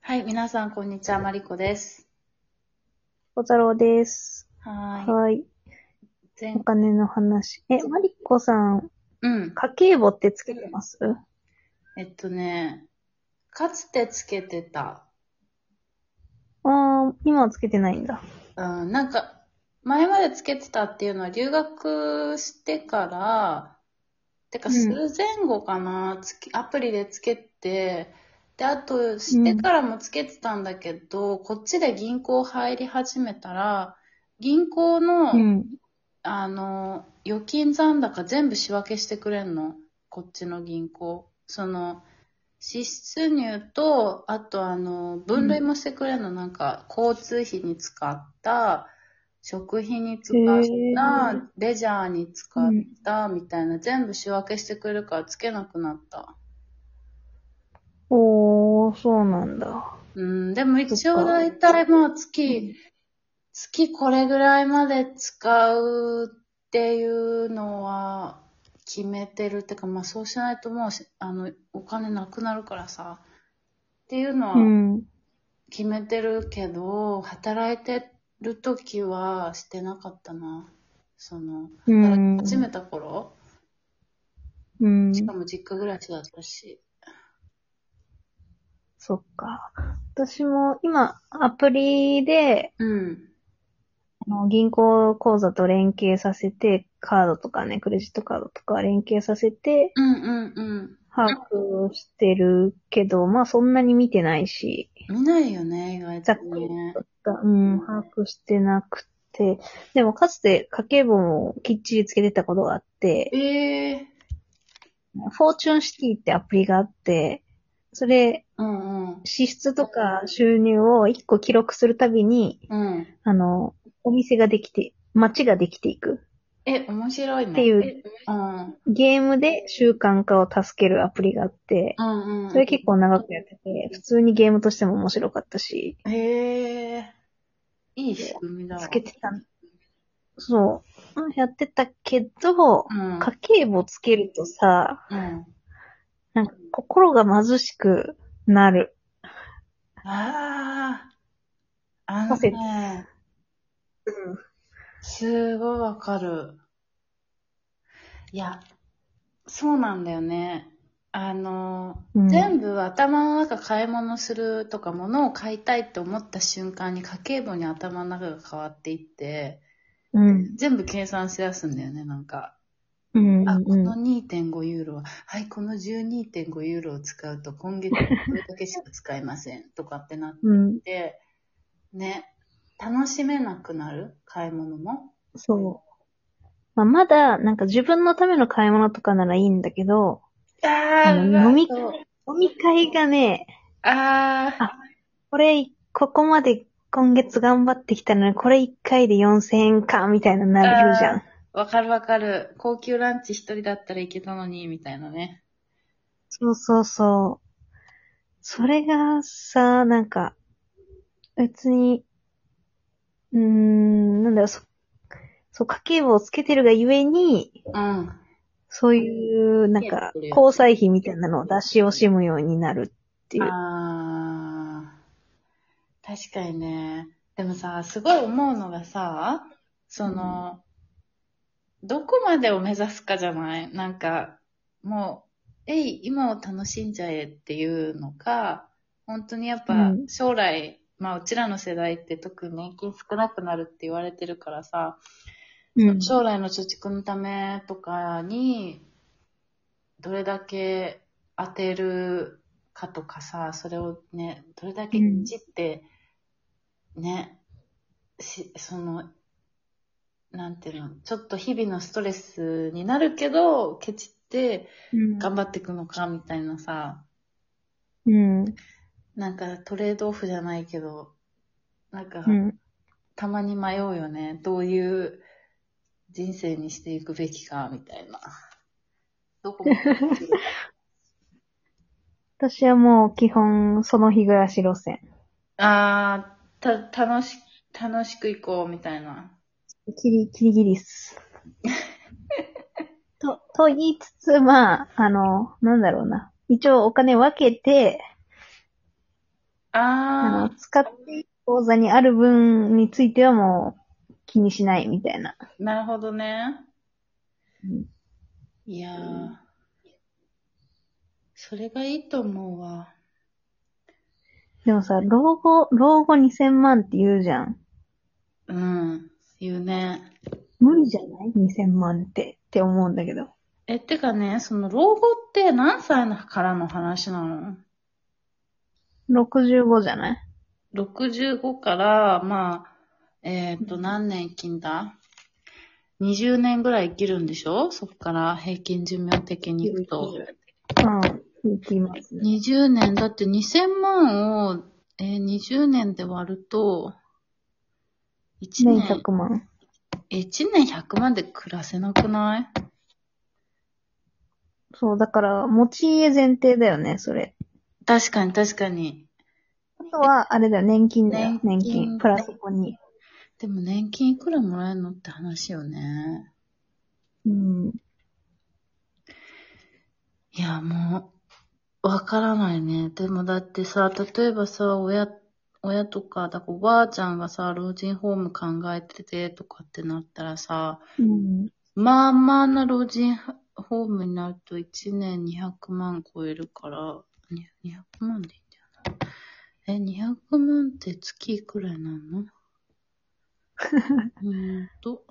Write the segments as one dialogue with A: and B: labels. A: はい、皆さん、こんにちは。マリコです。
B: 小太郎です。
A: はーい。
B: はい。お
A: 全、
B: 金の話。え、マリコさん、
A: うん。
B: 家計簿ってつけてます
A: えっとね、かつてつけてた。
B: あー、今はつけてないんだ。
A: うん、なんか、前までつけてたっていうのは、留学してから、てか、
B: うん
A: する前後かな、つけアプリでつけて、で、あと、してからもつけてたんだけど、こっちで銀行入り始めたら、銀行の、
B: うん。
A: あの、預金残高全部仕分けしてくれんの。こっちの銀行。その、支出入と、あとあの、分類もしてくれんの。なんか、交通費に使った、食費に使っ
B: へ
A: た
B: ー、
A: レジャーに使った、みたいな、全部仕分けしてくれるからつけなくなった。
B: おー、そうなんだ。
A: うん、でも一
B: そ
A: 応
B: っか
A: だいたいまあ月、月これぐらいまで使うっていうのは決めてるってか、まあそうしないともうしあの、お金なくなるからさ、っていうのは
B: うん。
A: 決めてるけど、働いてる時はしてなかったな。その、
B: うん
A: 働き始めた頃、
B: うん。
A: しかも実家暮らしだったし。
B: そっか。私も今、アプリで、
A: うん。
B: あの銀行口座と連携させて、カードとかね、クレジットカードとか連携させて、
A: うんうんうん。
B: 把握してるけど、まあそんなに見てないし。
A: 見ないよね、意外
B: ざ
A: と
B: っくり
A: ね。
B: が、うん、把握してなくて。でも、かつて家計簿もきっちりつけてたことがあって、
A: ええ
B: フォーチュンシティってアプリがあって、それ、
A: うんうん。
B: 支出とか収入を一個記録するたびに、
A: うん。
B: あの、お店ができて、街ができていく
A: え、面白いね。
B: っていう
A: うん。うん
B: ゲームで習慣化を助けるアプリがあって、
A: うん。
B: それ結構長くやってて、普通にゲームとしても面白かったし、
A: へえ。いい仕組みだわ。
B: つけてた。そう、うんやってたけど、
A: うん。
B: 家計簿つけるとさ、
A: うん。
B: なんか心が貧しくなる。
A: ああ。あのね、すごいわかる。いや、そうなんだよね。あの、
B: うん
A: 全部頭の中買い物するとか物を買いたいって思った瞬間に家計簿に頭の中が変わっていって、
B: うん。
A: 全部計算し出すんだよね、なんか。
B: うん。
A: あ、こ
B: うん
A: の2.5ユーロは、はい、この12.5ユーロを使うと今月これだけしか使えませんとかってなっ
B: うん。
A: て、ね、楽しめなくなる買い物も。
B: そう。まあ、まだ、なんか自分のための買い物とかならいいんだけど、
A: あ
B: ーうわ飲み
A: そう
B: 飲み会がね、
A: あー
B: あこれ、ここまで今月頑張ってきたのに、これ1回で4000円か、みたいななるじゃん。
A: わかるわかる。高級ランチ一人だったらいけたのに、みたいなね。
B: そうそうそう。それがさ、なんか、別に、うーん、なんだろう、そ、そう、家計簿をつけてるがゆえに、
A: うん。
B: そういう、なんか、交際費みたいなのを出し惜しむようになるっていう。
A: あー確かにね。でもさ、すごい思うのがさ、その、どこまでを目指すかじゃないなんか、もう、えい、今を楽しんじゃえっていうのか、本当にやっぱ
B: うん
A: 将来、まあうちらの世代って特に年金少なくなるって言われてるからさ、
B: うん。
A: 将来の貯蓄のためとかに、どれだけ当てるかとかさ、それをね、どれだけいじって、ね、し、その、なんていうの、ちょっと日々のストレスになるけど、ケチって
B: うん
A: 頑張っていくのか、みたいなさ、
B: うん。
A: なんかトレードオフじゃないけど、なんか、
B: うん。
A: たまに迷うよね。どういう人生にしていくべきか、みたいな。どこも。
B: 私はもう基本、その日暮らし路線。
A: あー、た、楽し、楽しく行こう、みたいな。
B: キリ、キリギリス。 と、と言いつつ、まあ、あの、なんだろうな。一応お金分けて、あ
A: あ
B: の、
A: あ、
B: 使っていい口座にある分についてはもう気にしないみたいな。
A: なるほどね。
B: うん
A: いやー、それがいいと思うわ。
B: でもさ、老後、老後2000万って言うじゃん。
A: うん、言うね。
B: 無理じゃない ?2000 万ってって思うんだけど。
A: え、ってかね、その老後って何歳からの話なの
B: 65じゃない
A: ?65 から、まあ、えっ、と、何年生きんだ ?20 年ぐらい生きるんでしょそこから平均寿命的にいくと。
B: うん。いきますね。
A: 20年、だって2000万を、えー、20年で割ると、1
B: 年
A: 年、
B: 100万。
A: 1年100万で暮らせなくない
B: そう、だから、持ち家前提だよね、それ。
A: 確かに確かに。
B: あとは、あれだよ、年金だよ
A: 年。金
B: 年金。プラスそこに。
A: でも年金いくらもらえるのって話よね。
B: うん。
A: いや、もう、わからないね。でもだってさ、例えばさ、親、親とか、だからおばあちゃんがさ、老人ホーム考えててとかってなったらさ、
B: うん。
A: まあまあな老人ホームになると1年200万超えるから、に200万でいいんだよな。え、200万って月いくらになるのうーんと、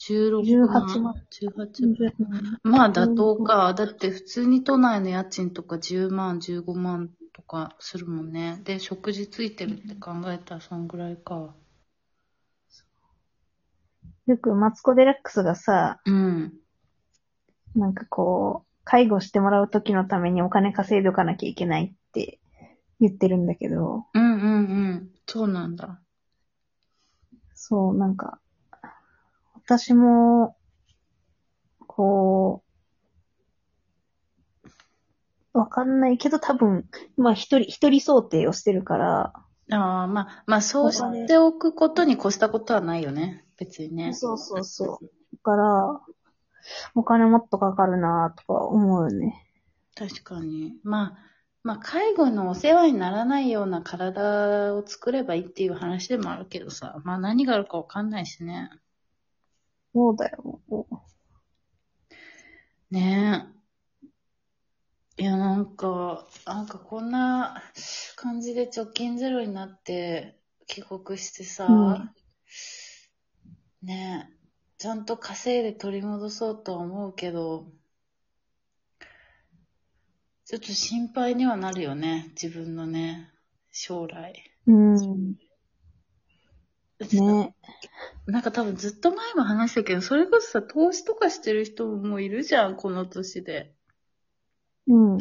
A: 16万。
B: 18万。
A: 18万。まあ妥当か。だって普通に都内の家賃とか10万、15万とかするもんね。で、食事ついてるって考えたらそんぐらいか。
B: よく、マツコデラックスがさ、
A: うん。
B: なんかこう、介護してもらう時のためにお金稼いでおかなきゃいけないって言ってるんだけど、
A: うんうんうん。そうなんだ。
B: そう、なんか、私も、こう、わかんないけど多分、まあ一人、一人想定をしてるから、
A: ああ、まあ、まあ、そうしておくことに越したことはないよね。別にね。
B: そうそうそう。だから、お金もっとかかるなとか思うよね。
A: 確かに。まあ、まあ、介護のお世話にならないような体を作ればいいっていう話でもあるけどさ。まあ、何があるかわかんないしね。
B: そうだよ。
A: ねえ。いや、なんか、なんかこんな感じで貯金ゼロになって帰国してさ、
B: うん
A: ねえ、ちゃんと稼いで取り戻そうとは思うけど、ちょっと心配にはなるよね、自分のね、将来。
B: うん。ね。
A: なんか多分ずっと前も話したけど、それこそさ、投資とかしてる人ももういるじゃん、この年で。
B: うん。
A: っ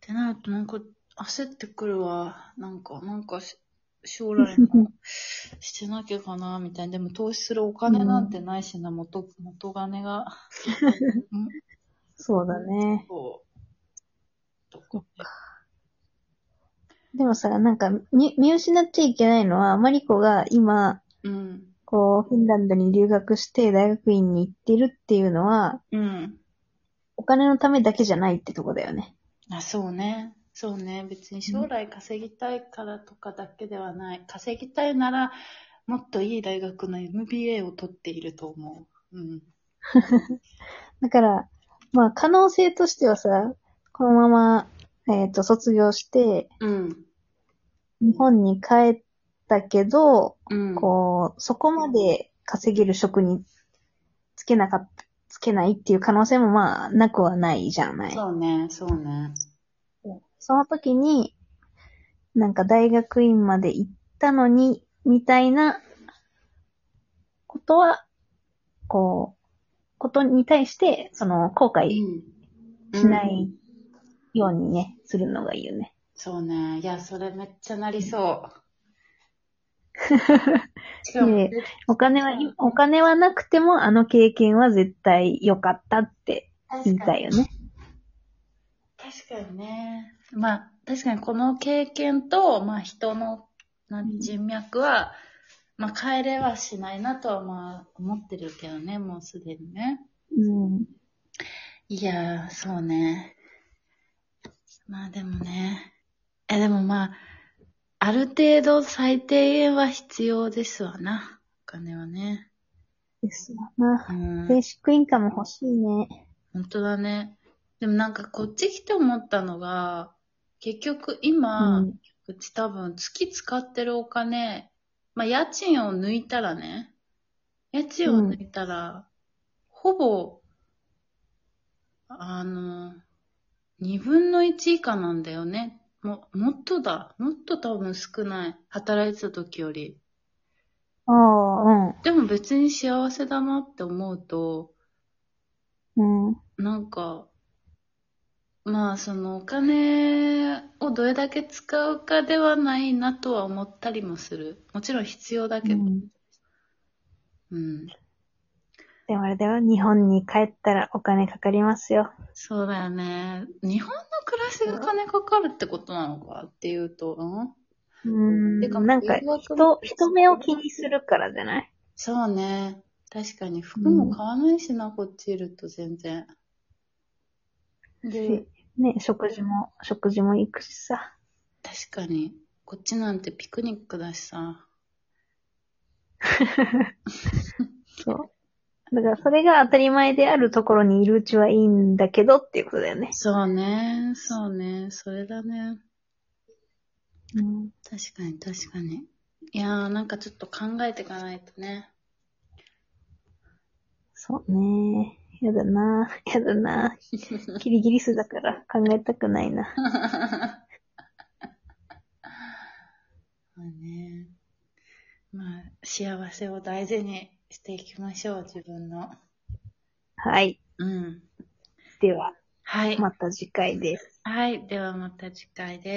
A: てなるとなんか焦ってくるわ。なんか、なんかし将来 のしてなきゃかな、みたいな。でも投資するお金なんてないしな、元、元金が。うん
B: そうだね。
A: そう。とかね
B: でもさ、なんか、見、見失っちゃいけないのは、マリコが今、
A: うん。
B: こう、フィンランドに留学して大学院に行ってるっていうのは、
A: うん。
B: お金のためだけじゃないってとこだよね。
A: あ、そうね。そうね。別に将来稼ぎたいからとかだけではない。稼ぎたいなら、もっといい大学の MBA を取っていると思う。うん。
B: だから、まあ、可能性としてはさ、このまま、えっ、と、卒業して、
A: うん。
B: 日本に帰ったけど、
A: うん。
B: こう、そこまで稼げる職につけなかった、つけないっていう可能性もまあ、なくはないじゃない。
A: そうね。そうね。
B: その時に、なんか大学院まで行ったのに、みたいなことは、こう、ことに対して、その、後悔
A: うん。
B: しな
A: うん
B: いようにね、するのがいいよね。
A: そうね。いや、それめっちゃなり そう。しかも、
B: で、お金は、お金はなくても、あの経験は絶対良かったって
A: 確
B: 言い
A: か
B: たい
A: に。
B: よね。
A: 確かにね。まあ、確かにこの経験と、まあ、人のなん人脈は、まあ、変えれはしないなとは、まあ、思ってるけどね、もうすでにね。
B: うん。
A: いやー、そうね。まあでもね。え、でもまあまあ、ある程度最低限は必要ですわな。お金はね。
B: ですわな。
A: うん。
B: ベーシックインカム欲しいね。
A: 本当だね。でもなんかこっち来て思ったのが、結局今、う
B: うん
A: ち多分月使ってるお金、まあ家賃を抜いたらね、家賃を抜いたら、ほぼ、あの、二分の一以下なんだよね。も、もっとだ。もっと多分少ない。働いてた時より。
B: ああ、
A: でも別に幸せだなって思うと、
B: うん。うん。
A: なんか、まあそのお金をどれだけ使うかではないなとは思ったりもする。もちろん必要だけど。
B: うん
A: うん。
B: でもあれだよ、日本に帰ったらお金かかりますよ。
A: そうだよね。日本の暮らしが金かかるってことなのかっていうと、うん
B: うーん。
A: てか
B: なんか
A: 留学も
B: 人、人目を気にするからじゃない
A: そうね。確かに服も買わないしな、こっちいると全然。で、
B: ね、食事も、食事も行くしさ。
A: 確かに、こっちなんてピクニックだしさ。
B: そう。だからそれが当たり前であるところにいるうちはいいんだけどっていうことだよね。
A: そうね、そうね、それだね。
B: うん。
A: 確かに、確かに。いやー、なんかちょっと考えていかないとね。
B: そうね。やだなやだなギリギリスだから考えたくないな。
A: そうね。まあ、幸せを大事にしていきましょう、自分の。
B: はい。
A: うん。
B: では、
A: はい。
B: また次回です。
A: はい。ではまた次回です。